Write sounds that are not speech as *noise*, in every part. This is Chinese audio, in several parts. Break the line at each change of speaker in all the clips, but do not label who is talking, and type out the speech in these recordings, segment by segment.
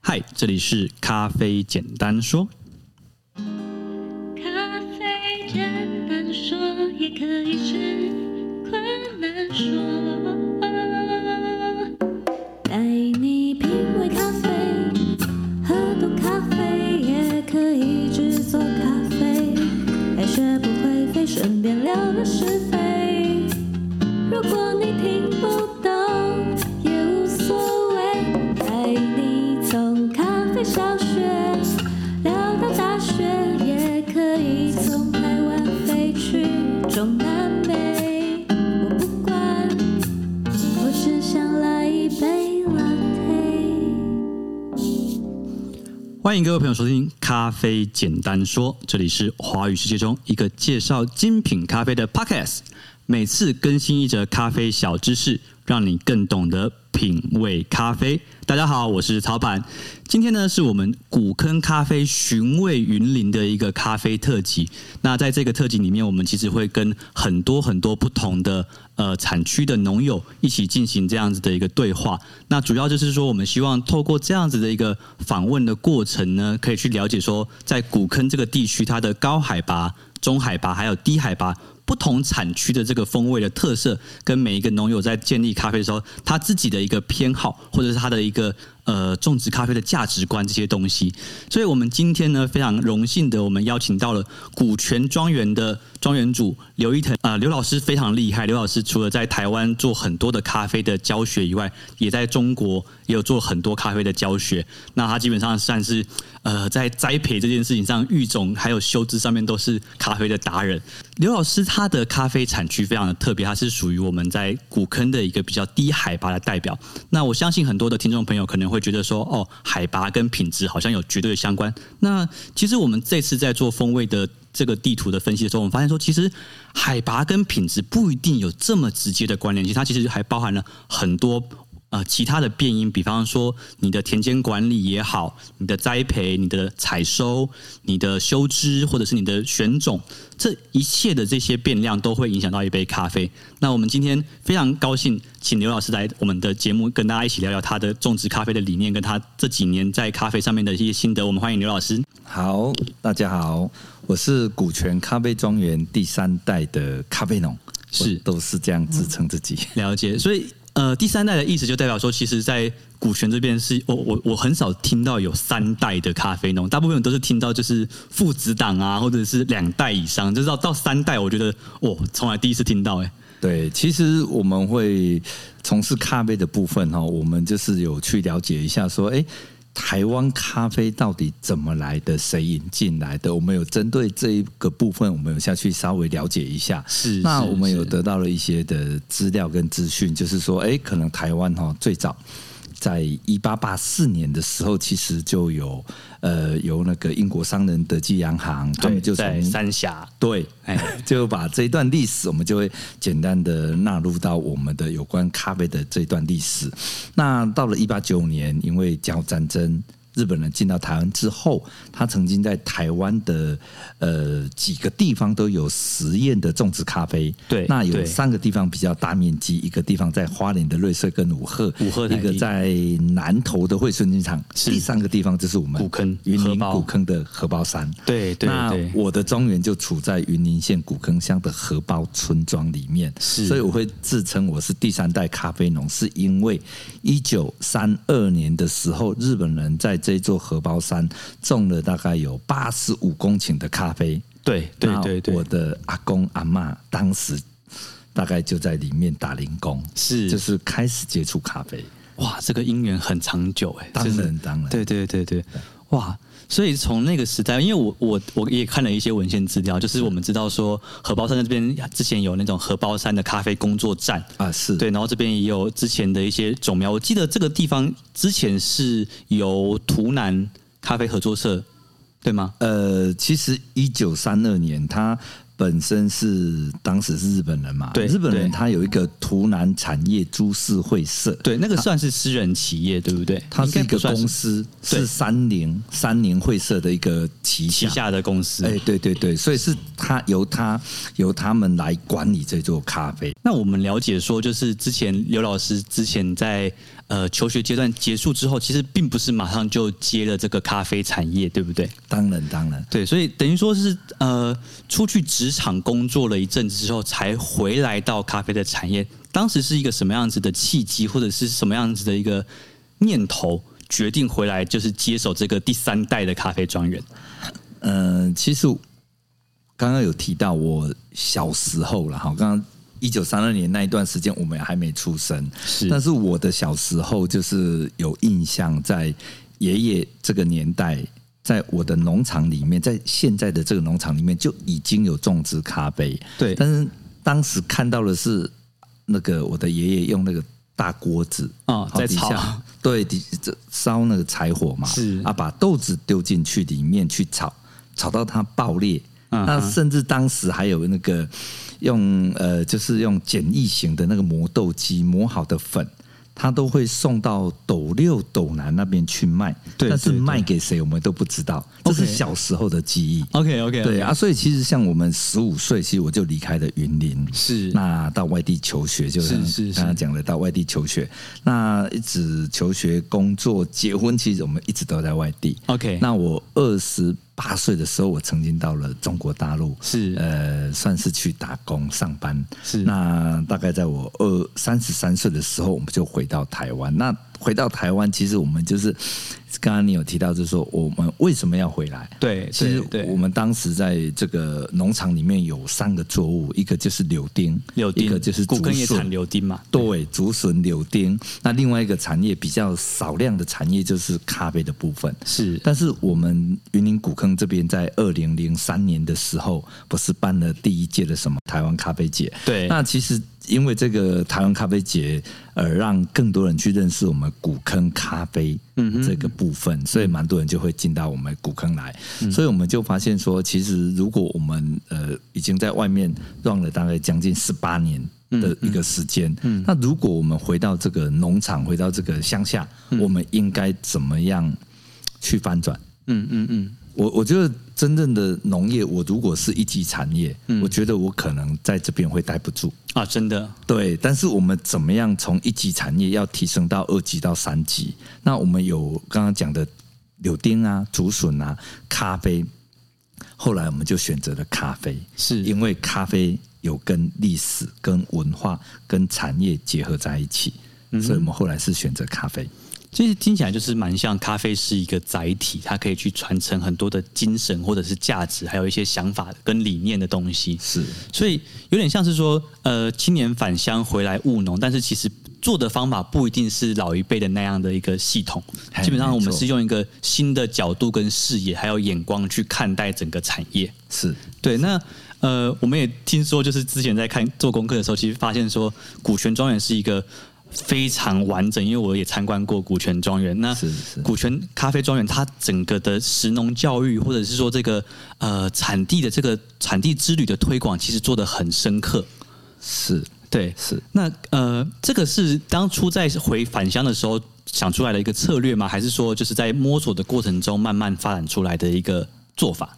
嗨，这里是咖啡简单说。
咖啡简单说，也可以是困难说。带你品味咖啡，喝懂咖啡，也可以制作咖啡。还学不会飞，顺便聊聊是非。如果你听不懂也无所谓，带你从咖啡小学聊到大学，也可以从台湾飞去中南美，我不管，我只想来一杯 latte。
欢迎各位朋友收听《咖啡简单说》，这里是华语世界中一个介绍精品咖啡的 Podcast，每次更新一则咖啡小知识，让你更懂得品味咖啡。大家好，我是曹板，今天呢是我们古坑咖啡寻味云林的一个咖啡特辑。那在这个特辑里面，我们其实会跟很多很多不同的呃产区的农友一起进行这样子的一个对话。那主要就是说，我们希望透过这样子的一个访问的过程呢，可以去了解说，在古坑这个地区，它的高海拔、中海拔还有低海拔。不同产区的这个风味的特色，跟每一个农友在建立咖啡的时候，他自己的一个偏好，或者是他的一个呃种植咖啡的价值观这些东西。所以，我们今天呢非常荣幸的，我们邀请到了古泉庄园的庄园主刘一腾啊、呃刘老师非常厉害。刘老师除了在台湾做很多的咖啡的教学以外，也在中国也有做很多咖啡的教学。那他基本上算是呃在栽培这件事情上，育种还有修枝上面都是咖啡的达人。刘老师他的咖啡产区非常的特别，它是属于我们在古坑的一个比较低海拔的代表。那我相信很多的听众朋友可能会觉得说，哦，海拔跟品质好像有绝对的相关。那其实我们这次在做风味的这个地图的分析的时候，我们发现说，其实海拔跟品质不一定有这么直接的关联性，它其实还包含了很多。呃，其他的变因，比方说你的田间管理也好，你的栽培、你的采收、你的修枝，或者是你的选种，这一切的这些变量都会影响到一杯咖啡。那我们今天非常高兴，请刘老师来我们的节目，跟大家一起聊聊他的种植咖啡的理念，跟他这几年在咖啡上面的一些心得。我们欢迎刘老师。
好，大家好，我是股权咖啡庄园第三代的咖啡农，
是
我都是这样自称自己。
了解，所以呃，第三代的意思就代表说，其实，在股权这边是我我我很少听到有三代的咖啡农，大部分都是听到就是父子档啊，或者是两代以上，就是到到三代，我觉得我从来第一次听到、欸，哎，
对，其实我们会从事咖啡的部分哈，我们就是有去了解一下说，哎。台湾咖啡到底怎么来的？谁引进来的？我们有针对这一个部分，我们有下去稍微了解一下。
是
那
是
我们
是
有得到了一些的资料跟资讯，就是说，哎、可能台湾哈最早在一八八四年的时候，其实就有呃由那个英国商人德记洋行，他们就
在
从
三峡，
对，
哎，
就把这一段历史，我们就会简单的纳入到我们的有关咖啡的这一段历史。那到了一八九年，因为甲午战争，日本人进到台湾之后，他曾经在台湾的呃几个地方都有实验的种植咖啡。
对
那
对
有三个地方比较大面积，一个地方在花莲的瑞穗跟武赫，
武赫台
一个
地
在南投的惠顺机场，
是
第三个地方就是我们
古坑
云
荷
林
包
古坑的荷包山。
对对
那
对，
我的庄园就处在云林县古坑乡的荷包村庄里面，
是
所以我会自称我是第三代咖啡农，是因为一九三二年的时候，日本人在这座荷包山种了大概有八十五公顷的咖啡，
对对
那
对
我
对，
的阿公阿嬷当时大概就在里面打零工，
是
就是开始接触咖啡，
哇，这个姻缘很长久哎、
当
就是
然当然，
对对对对，哇！所以从那个时代，因为我我我也看了一些文献资料，就是我们知道说荷包山这边之前有那种荷包山的咖啡工作站，
啊是
对，然后这边也有之前的一些种苗。我记得这个地方之前是由图南咖啡合作社，对吗？
呃，其实一九三二年，他本身是当时是日本人嘛，
对
日本
对
人他有一个图南产业株式会社，
对，那个算是私人企业，对不对？
它
应
是
该
一
不
个
算
公司，
对
是三菱三菱会社的一个旗
旗
下。哎
下的公司。
哎，对对对，所以是他由他由他们来管理这座咖啡。
那我们了解说，就是之前刘老师之前在呃求学阶段结束之后，其实并不是马上就接了这个咖啡产业，对不对？
当然，当然，
对，所以等于说是呃，出去职场工作了一阵子之后，才回来到咖啡的产业。当时是一个什么样子的契机，或者是什么样子的一个念头，决定回来就是接手这个第三代的咖啡庄园？
嗯，其实刚刚有提到我小时候了哈，刚刚一九三二年那一段时间我们还没出生，
是
但是我的小时候就是有印象，在爷爷这个年代，在我的农场里面，在现在的这个农场里面就已经有种植咖啡，
对
但是当时看到的是那个我的爷爷用那个大锅子
哦
好
在
底
炒
下 *laughs* 对，底这烧那个柴火嘛，
是
啊，把豆子丢进去里面去炒，炒到它爆裂。
嗯
那
哼
甚至当时还有那个用呃，就是用简易型的那个磨豆机磨好的粉，它都会送到斗六、斗南那边去卖。
对
但是
对对
卖给谁我们都不知道，这
OK
是小时候的记忆。
OK OK，
对啊，所以其实像我们十五岁，其实我就离开了云林，
是
那到外地求学，就是刚
是是
刚刚讲的到外地求学，那一直求学、工作、结婚，其实我们一直都在外地。
OK，
那我二十八岁的时候，我曾经到了中国大陆，
是
呃，算是去打工上班。
是
那大概在我二三十三岁的时候，我们就回到台湾。那回到台湾，其实我们就是刚刚你有提到，就是说我们为什么要回来？
对
其实
对对
我们当时在这个农场里面有三个作物，一个就是柳丁，
柳
一
丁
个就是
顾
竹
根也产
笋，
柳丁嘛？
对，竹笋、柳丁。那另外一个产业比较少量的产业就是咖啡的部分。
是
但是我们云林古坑这边在二零零三年的时候，不是办了第一届的什么台湾咖啡节？
对
那其实因为这个台湾咖啡节，呃，让更多人去认识我们古坑咖啡这个部分，所以蛮多人就会进到我们古坑来。所以我们就发现说，其实如果我们呃已经在外面逛了大概将近十八年。的一个时间，那如果我们回到这个农场，回到这个乡下，我们应该怎么样去翻转？
嗯嗯嗯，
我我觉得真正的农业，我如果是一级产业，我觉得我可能在这边会待不住。
啊，真的
对，但是我们怎么样从一级产业要提升到二级到三级？那我们有刚刚讲的柳丁啊、竹笋啊、咖啡，后来我们就选择了咖啡，
是
因为咖啡有跟历史、跟文化、跟产业结合在一起，所以我们后来是选择咖啡。
其实听起来就是蛮像咖啡是一个载体，它可以去传承很多的精神或者是价值，还有一些想法跟理念的东西。
是
所以有点像是说，呃，青年返乡回来务农，但是其实做的方法不一定是老一辈的那样的一个系统。
嘿
基本上我们
没错
是用一个新的角度、跟视野还有眼光去看待整个产业。
是，
对，那呃，我们也听说，就是之前在看做功课的时候，其实发现说，古泉庄园是一个非常完整，因为我也参观过古泉庄园。那
是是
古泉咖啡庄园，它整个的食农教育，或者是说这个呃产地的这个产地之旅的推广，其实做的很深刻。
是
对，
是。
那呃，这个是当初在回返乡的时候想出来的一个策略吗？还是说就是在摸索的过程中慢慢发展出来的一个做法？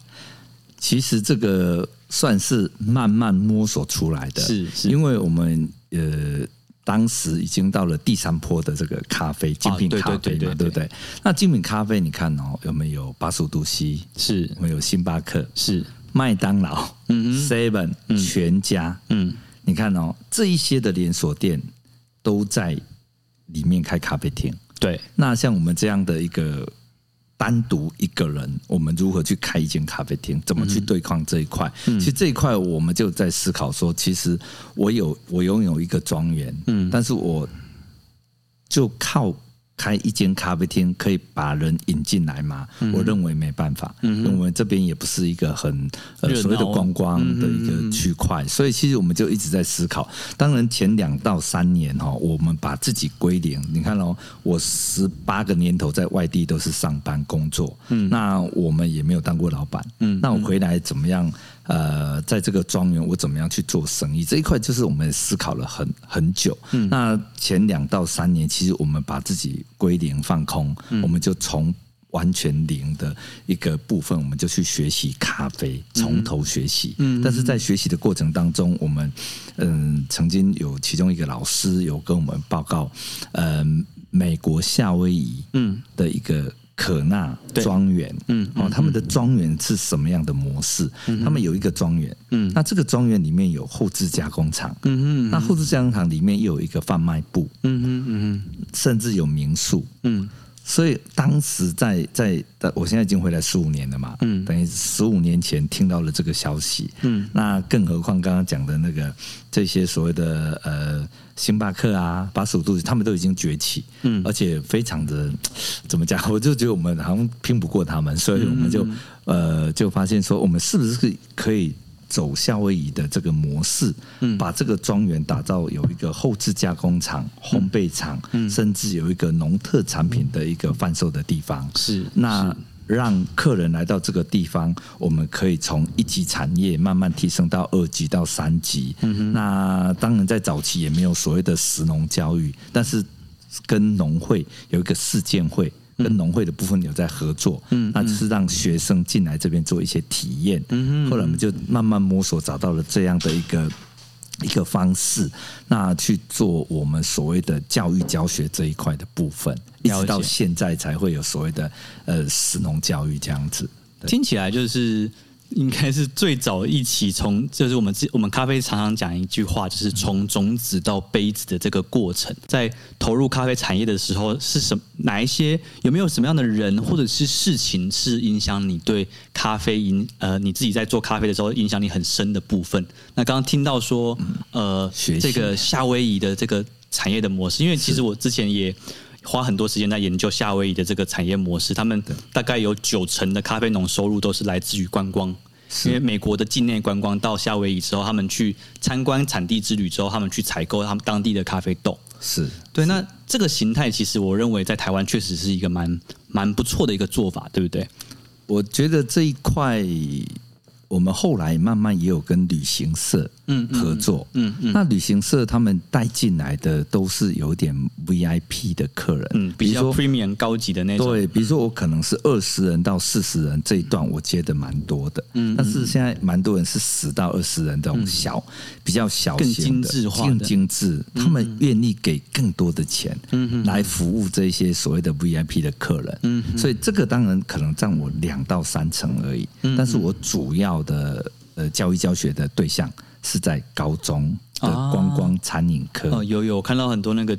其实这个算是慢慢摸索出来的，
是是
因为我们呃。当时已经到了第三波的这个咖啡精品
哦对对
咖啡
对对
嘛，对不对？那精品咖啡，你看哦，我们有巴蜀度 C，
是
我们有星巴克、
是，
麦当劳、Seven、全家，
嗯。
你看哦，这一些的连锁店都在里面开咖啡厅。
对，
那像我们这样的一个单独一个人，我们如何去开一间咖啡厅？怎么去对抗这一块？
嗯
其实这一块我们就在思考说，其实我有我拥有一个庄园，嗯，但是我就靠。开一间咖啡厅可以把人引进来吗？
嗯
我认为没办法，因为我们这边也不是一个很、呃、
热闹哦
所谓的观光的一个区块，所以其实我们就一直在思考。当然前两到三年哈、哦，我们把自己归零。你看哦，我十八个年头在外地都是上班工作，嗯，那我们也没有当过老板，嗯，那我回来怎么样？呃，在这个庄园我怎么样去做生意这一块，就是我们思考了很很久。嗯，嗯那前两到三年，其实我们把自己归零放空，我们就从完全零的一个部分，我们就去学习咖啡，从头学习。
嗯
但是在学习的过程当中，我们嗯曾经有其中一个老师有跟我们报告，嗯，美国夏威夷
嗯
的一个可纳
对
庄园，
嗯
哦，他们的庄园是什么样的模式？他们有一个庄园，
嗯
那这个庄园里面有后置加工厂，
嗯嗯
那后置加工厂里面又有一个贩卖部，
嗯嗯嗯
甚至有民宿。
嗯
所以当时在在，在我现在已经回来十五年了嘛，
嗯
等于十五年前听到了这个消息，
嗯，
那更何况刚刚讲的那个这些所谓的呃星巴克啊、巴蜀度，他们都已经崛起，
嗯
而且非常的怎么讲，我就觉得我们好像拼不过他们，所以我们
嗯
就、呃就发现说，我们是不是可以走夏威夷的这个模式，
嗯
把这个庄园打造有一个后置加工厂、
嗯
烘焙厂，甚至有一个农特产品的一个贩售的地方。
是
那让客人来到这个地方，我们可以从一级产业慢慢提升到二级到三级。
嗯
那当然在早期也没有所谓的食农教育，但是跟农会有一个事件会。跟农会的部分有在合作，
嗯
那就是让学生进来这边做一些体验，
嗯
后来我们就慢慢摸索，找到了这样的一个一个方式，那去做我们所谓的教育教学这一块的部分，一
了解
直到现在才会有所谓的呃实农教育这样子。
听起来就是应该是最早一起从，就是我们自我们咖啡常常讲一句话，就是从种子到杯子的这个过程，在投入咖啡产业的时候，是什哪一些有没有什么样的人或者是事情是影响你对咖啡因呃你自己在做咖啡的时候影响你很深的部分？那刚刚听到说呃
学
这
习
个夏威夷的这个产业的模式，因为其实我之前也花很多时间在研究夏威夷的这个产业模式，他们大概有九成的咖啡农收入都是来自于观光。因为美国的境内观光到夏威夷之后，他们去参观产地之旅之后，他们去采购他们当地的咖啡豆。
是
对，那这个形态其实我认为在台湾确实是一个蛮蛮不错的一个做法，对不对？
我觉得这一块，我们后来慢慢也有跟旅行社
嗯嗯
合作，
嗯嗯
那旅行社他们带进来的都是有点 VIP 的客人，
嗯，比较
如说
premium 高级的那种。
对，比如说我可能是二十人到四十人这一段，我接的蛮多的。嗯，但是现在蛮多人是十到二十人这种小、比较小
更
型的
精致化的
更精致，他们愿意给更多的钱，嗯，来服务这些所谓的 VIP 的客人。嗯，所以这个当然可能占我两到三成而已，但是我主要的呃教育教学的对象是在高中的
啊
观光餐饮科。
哦，有有，我看到很多那个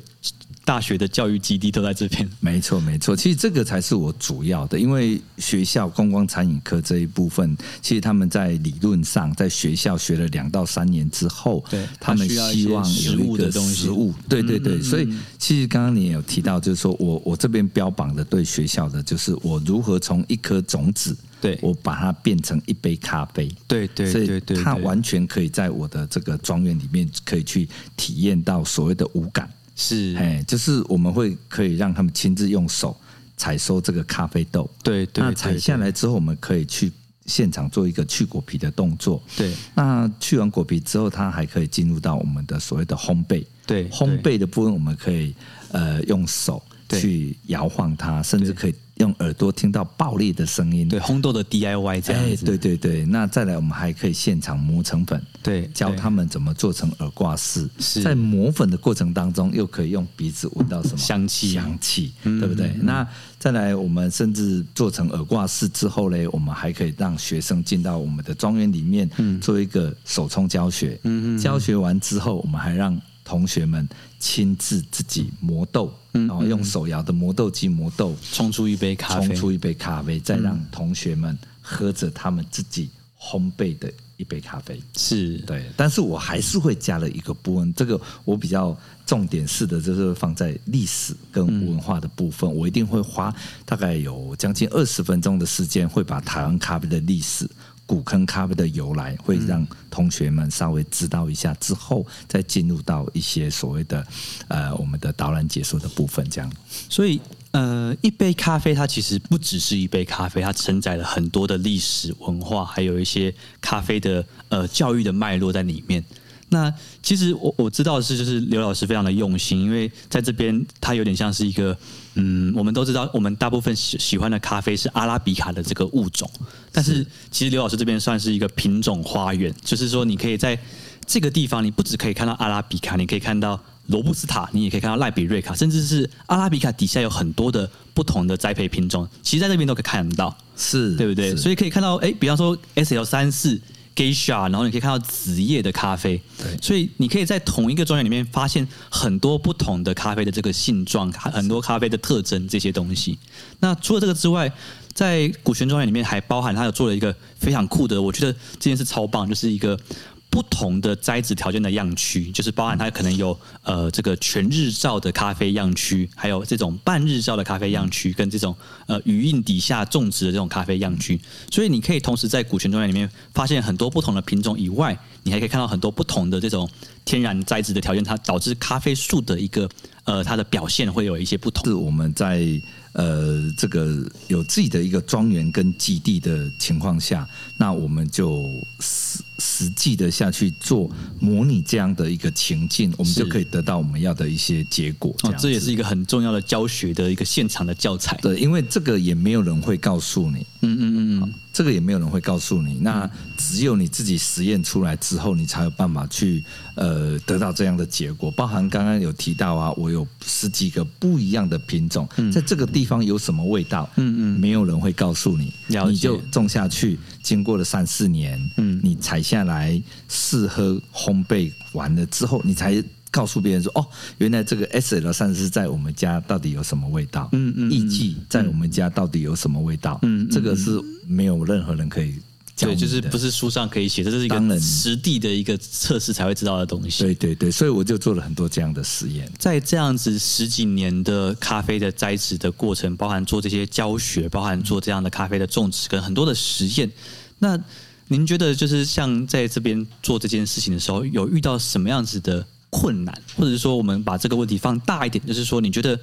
大学的教育基地都在这边。
没错，没错。其实这个才是我主要的，因为学校观光餐饮科这一部分，其实他们在理论上在学校学了两到三年之后，
对
他们
他需要一些
希望有
实
一
物的
个
东西嗯
实物，对对对。所以其实刚刚你也有提到，就是说我我这边标榜的对学校的，就是我如何从一颗种子，
对
我把它变成一杯咖啡，
对对
所以它完全可以在我的这个庄园里面可以去体验到所谓的无感。
是，
哎，就是我们会可以让他们亲自用手采收这个咖啡豆，
对对，
那
对
采下，来之后，我们可以去现场做一个去果皮的动作。
对
那去完果皮之后，它还可以进入到我们的所谓的烘焙。
对
烘焙的部分，我们可以呃用手
对
去摇晃它，甚至
对
可以用耳朵听到爆裂的声音。
对烘豆的 DIY 这样
哎，
子，
对对对。那再来，我们还可以现场磨成粉。
对，
教他们怎么做成耳挂饰，
是
在磨粉的过程当中，又可以用鼻子闻到什么
香气嗯
香气，对不对？那再来，我们甚至做成耳挂饰之后嘞，我们还可以让学生进到我们的庄园里面，
嗯
做一个手冲教学。教学完之后，我们还让同学们亲自自己磨豆，然后用手摇的磨豆机磨豆，
冲出一杯嗯咖啡，嗯
冲出一杯咖啡，再让同学们喝着他们自己烘焙的一杯咖啡。
是，
对，但是我还是会加了一个部分，这个我比较重点式的就是放在历史跟文化的部分，我一定会花大概有将近二十分钟的时间，会把台湾咖啡的历史。古坑咖啡的由来，会让同学们稍微知道一下，之后再进入到一些所谓的呃我们的导览解说的部分，这样。
所以呃，一杯咖啡它其实不只是一杯咖啡，它承载了很多的历史文化，还有一些咖啡的呃教育的脉络在里面。那其实我我知道的是，就是刘老师非常的用心，因为在这边它有点像是一个，嗯，我们都知道，我们大部分喜喜欢的咖啡是阿拉比卡的这个物种，但是其实刘老师这边算是一个品种花园，就是说你可以在这个地方，你不只可以看到阿拉比卡，你可以看到罗布斯塔，你也可以看到赖比瑞卡，甚至是阿拉比卡底下有很多的不同的栽培品种，其实在那边都可以看得到。
是
对不对？所
以
以可以看到，哎，比方说 S L 三四 Geisha，然后你可以看到紫叶的咖啡，
对
所以你可以在同一个庄园里面发现很多不同的咖啡的这个性状，很多咖啡的特征这些东西。那除了这个之外，在古泉庄园里面还包含它有做了一个非常酷的，我觉得这件事超棒，就是一个。不同的栽植条件的样区，就是包含它可能有呃这个全日照的咖啡样区，还有这种半日照的咖啡样
嗯
区，跟这种呃雨印底下种植的这种咖啡样区。所以你可以同时在股权庄园里面发现很多不同的品种以外，你还可以看到很多不同的这种天然栽植的条件，它导致咖啡树的一个呃它的表现会有一些不同。
是我们在呃这个有自己的一个庄园跟基地的情况下，那我们就实实际的下去做模拟这样的一个情境，我们
是
就可以得到我们要的一些结果。
哦
样，
这也
子
是一个很重要的教学的一个现场的教材。
对，因为这个也没有人会告诉你，
嗯嗯嗯嗯，
这个也没有人会告诉你。那只有你自己实验出来之后，你才有办法去呃得到这样的结果。包含刚刚有提到啊，我有十几个不一样的品种，在这个地方有什么味道？
嗯
嗯
嗯
嗯，没有人会告诉你，
了解
你就种下去。经过了三四年，
嗯
嗯，你采下来试喝烘焙完了之后，你才。告诉别人说哦，原来这个 S L 三是在我们家到底有什么味道？
嗯
嗯
嗯
嗯，艺妓在我们家到底有什么味道？
嗯嗯
嗯，这个是没有任何人可以教
对，
你
就
的
是不是书上可以写，这是一
当
个
然
实地的一个测试才会知道的东西。
对对对，所以我就做了很多这样的实验。
在这样子十几年的咖啡的栽植的过程，包含做这些教学，包含做这样的咖啡的种植，跟很多的实验。那您觉得，就是像在这边做这件事情的时候，有遇到什么样子的困难，或者是说，我们把这个问题放大一点，就是说，你觉得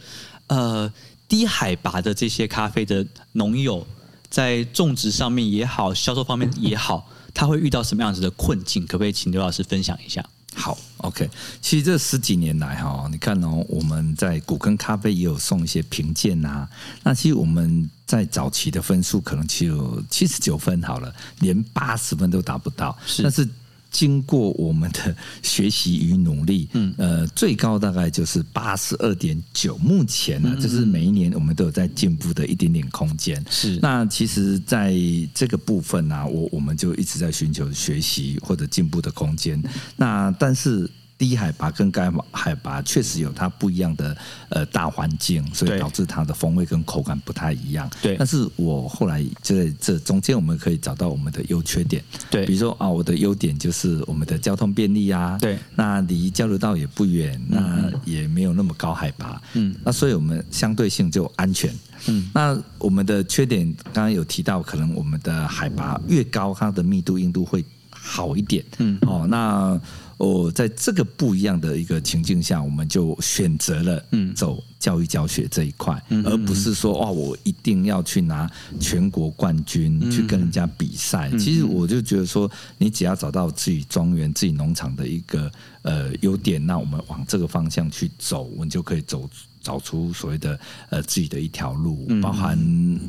呃低海拔的这些咖啡的农友在种植上面也好，销售方面也好，他会遇到什么样子的困境？可不可以请刘老师分享一下？
好，OK。其实这十几年来哈、你看哦，我们在古根咖啡也有送一些评鉴啊。那其实我们在早期的分数可能只有七十九分好了，连八十分都达不到。
是
但是经过我们的学习与努力，嗯，呃，最高大概就是八十二点九。目前呢、就是每一年我们都有在进步的一点点空间。
是
那其实在这个部分呢、我我们就一直在寻求学习或者进步的空间。那但是。低海拔跟高海拔确实有它不一样的呃大环境，所
对
以导致它的风味跟口感不太一样。
对
但是我后来就在这中间，我们可以找到我们的优缺点。
对
比如说啊，我的优点就是我们的交通便利啊，
对
那离交流道也不远，那也没有那么高海拔，
嗯，
那所以我们相对性就安全，
嗯，
那我们的缺点刚刚有提到，可能我们的海拔越高，它的密度硬度会好一点，
嗯
哦，那哦，在这个不一样的一个情境下，我们就选择了
嗯
走教育教学这一块，而不是说哦，我一定要去拿全国冠军、去跟人家比赛。其实我就觉得说，你只要找到自己庄园、自己农场的一个呃优点，那我们往这个方向去走，我们就可以走。找出所谓的呃自己的一条路，包含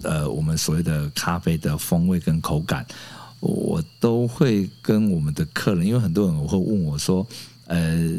呃我们所谓的咖啡的风味跟口感，我都会跟我们的客人，因为很多人我会问我说，呃，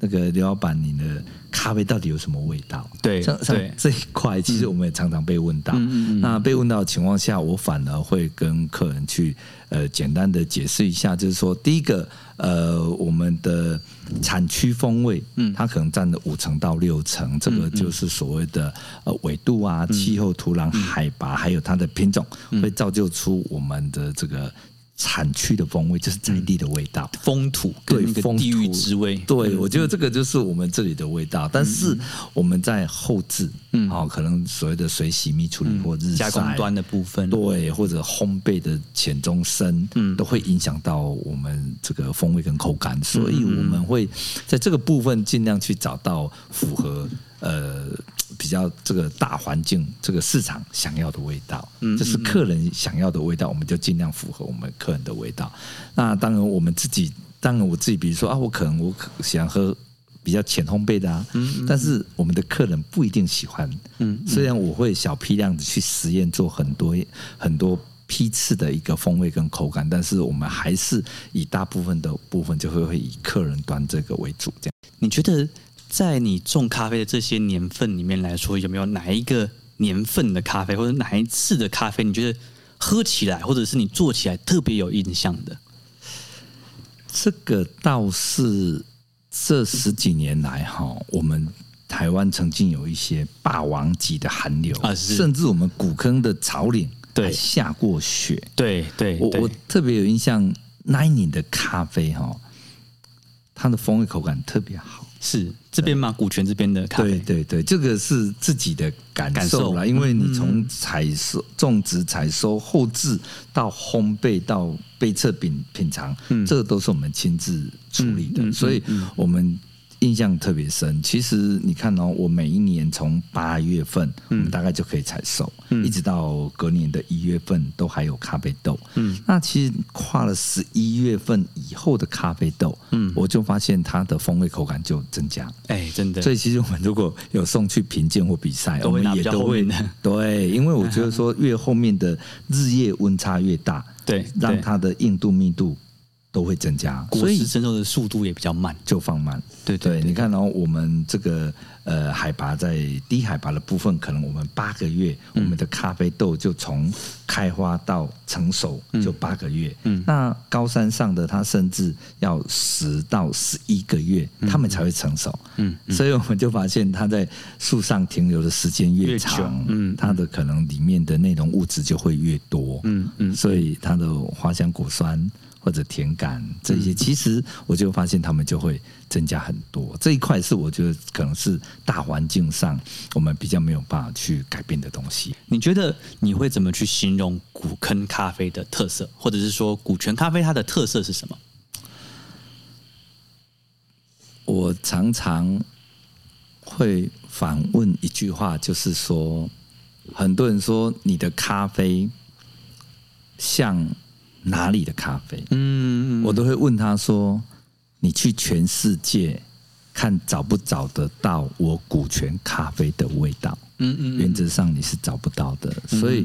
那个刘老板，你的咖啡到底有什么味道？
对
像像
对嗯
这一块，其实我们也常常被问到。那被问到的情况下，我反而会跟客人去呃简单的解释一下，就是说，第一个，呃，我们的产区风味，嗯，它可能占了五成到六成，这
嗯
个就是所谓的呃纬度啊、气候、土壤、海拔，还有它的品种，
嗯
会造就出我们的这个产区的风味，就是在地的味道。
风土跟那个
风
地域
土
之味，
对，我觉得这个就是我们这里的味
嗯
道。但是我们在后置，嗯，哦，可能所谓的水洗、密处理或日晒
嗯加工端的部分，
对，或者烘焙的浅中深，嗯，都会影响到我们这个风味跟口感，所以我们会在这个部分尽量去找到符合呃比较这个大环境、这个市场想要的味道，嗯，就是客人想要的味道，我们就尽量符合我们客人的味道。那当然，我们自己。当然我自己，比如说啊，我可能我可想喝比较浅烘焙的啊，
嗯
但是我们的客人不一定喜欢。嗯，虽然我会小批量的去实验做很多很多批次的一个风味跟口感，但是我们还是以大部分的部分就会会以客人端这个为主，这样。
你觉得在你种咖啡的这些年份里面来说，有没有哪一个年份的咖啡，或者哪一次的咖啡，你觉得喝起来或者是你做起来特别有印象的？
这个倒是这十几年来哈，我们台湾曾经有一些霸王级的寒流
啊是
甚至我们古坑的草岭
对
还下过雪。
对对
我我特别有印象，那一年的咖啡哈，它的风味口感特别好。
是这边嘛，股权这边的咖
对
啡，
对对，这个是自己的感受啦，
感受
因为你从采收、种植、采收、后置到烘焙到杯测品品尝，这个都是我们亲自处理的，
嗯嗯嗯嗯
所以我们。印象特别深。其实你看哦，我每一年从八月份，
嗯
我们大概就可以采收，一直到隔年的一月份都还有咖啡豆。嗯，那其实跨了十一月份以后的咖啡豆，嗯，我就发现它的风味口感就增加。
哎、真的，
所以其实我们如果有送去评鉴或比赛，
都
我
会拿
们也
比较
都
后
会
面的
*laughs* 对，因为我觉得说越后面的日夜温差越大，
*laughs* 对
让
对
它的硬度密度都会增加，
果
所以
实蒸馏的速度也比较慢。
就放慢。
对对
对，你看哦，我们这个呃海拔在低海拔的部分，可能我们八个月，
嗯
我们的咖啡豆就从开花到成熟就八个月。嗯，那高山上的它甚至要十到十一个月，它们才会成熟。嗯，所以我们就发现它在树上停留的时间
越
越
久
长，
嗯
它的可能里面的内容物质就会越多。
嗯嗯
所以它的花香果酸或者甜感这
嗯
些，其实我就发现它们就会增加很多。这一块是我觉得可能是大环境上我们比较没有办法去改变的东西。
你觉得你会怎么去形容古坑咖啡的特色，或者是说股权咖啡它的特色是什么？
我常常会反问一句话，就是说，很多人说你的咖啡像哪里的咖啡？
嗯，
我都会问他说：“你去全世界看找不找得到我股权咖啡的味道？”
嗯嗯
原则上你是找不到的，所以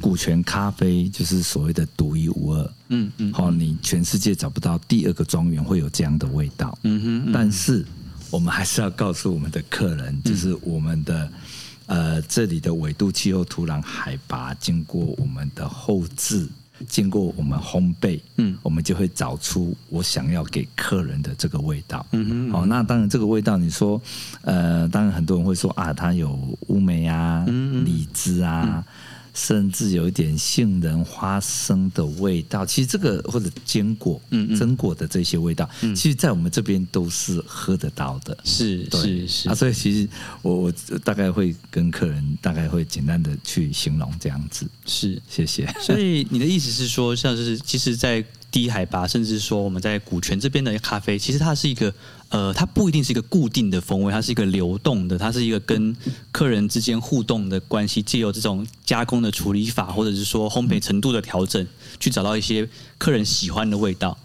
股权咖啡就是所谓的独一无二。
嗯嗯
好，你全世界找不到第二个庄园会有这样的味道。
嗯哼，
但是我们还是要告诉我们的客人，就是我们的呃这里的纬度、气候、土壤、海拔，经过我们的后置，经过我们烘焙，
嗯
我们就会找出我想要给客人的这个味道。
嗯
好、那当然这个味道，你说，呃，当然很多人会说啊，它有乌梅啊、
嗯
李子啊，甚至有一点杏仁、花生的味道。其实这个或者坚果、嗯榛果的这些味道，其实在我们这边都是喝得到的。
嗯是
对
是是
啊，，所以其实我我大概会跟客人大概会简单的去形容这样子。
是。
谢谢。 *laughs*
所以你的意思是说，像是其实，在低海拔，甚至说我们在股权这边的咖啡，其实它是一个呃，它不一定是一个固定的风味，它是一个流动的，它是一个跟客人之间互动的关系，借由这种加工的处理法，或者是说烘焙程度的调整，去找到一些客人喜欢的味道。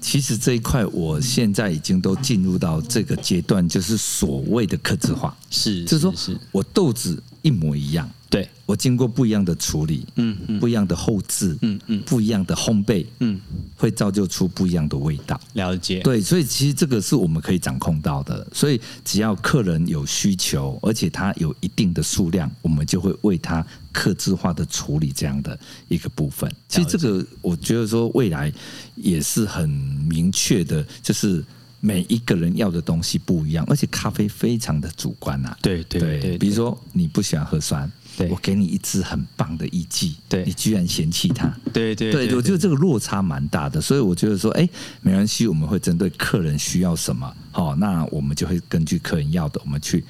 其实这一块我现在已经都进入到这个阶段，就是所谓的克制化。
是，
就是说
是，
我豆子一模一样，
对，
我经过不一样的处理，
嗯嗯
不一样的后置，
嗯嗯
不一样的烘焙，
嗯，
会造就出不一样的味道。
了解，
对，所以其实这个是我们可以掌控到的。所以只要客人有需求，而且他有一定的数量，我们就会为他客制化的处理这样的一个部分。其实这个我觉得说未来也是很明确的，就是每一个人要的东西不一样，而且咖啡非常的主观啊。
对对对对
比如说你不喜欢喝酸，
对
我给你一支很棒的意剂，
对
你居然嫌弃它，
对对
对，我觉
就
得这个落差蛮大的，所以我觉得说，哎，没关系，我们会针对客人需要什么，好、那我们就会根据客人要的，我们去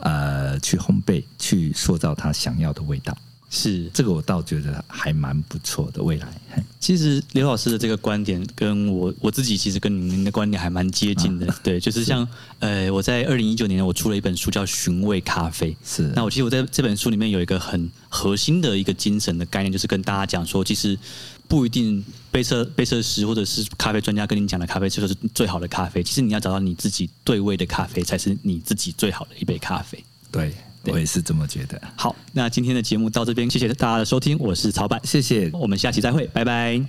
呃去烘焙，去塑造他想要的味道。
是，
这个我倒觉得还蛮不错的未来。嘿
其实刘老师的这个观点跟我我自己其实跟你们的观点还蛮接近的，对，就是像呃，我在二零一九年我出了一本书叫《寻味咖啡》，
是
那我其实我在这本书里面有一个很核心的一个精神的概念，就是跟大家讲说，其实不一定杯测杯测师或者是咖啡专家跟你讲的咖啡就是最好的咖啡，其实你要找到你自己对味的咖啡，才是你自己最好的一杯咖啡。
对
对
我也是这么觉得。
好，那今天的节目到这边，谢谢大家的收听，我是曹板，
谢谢
我们下期再会，拜拜。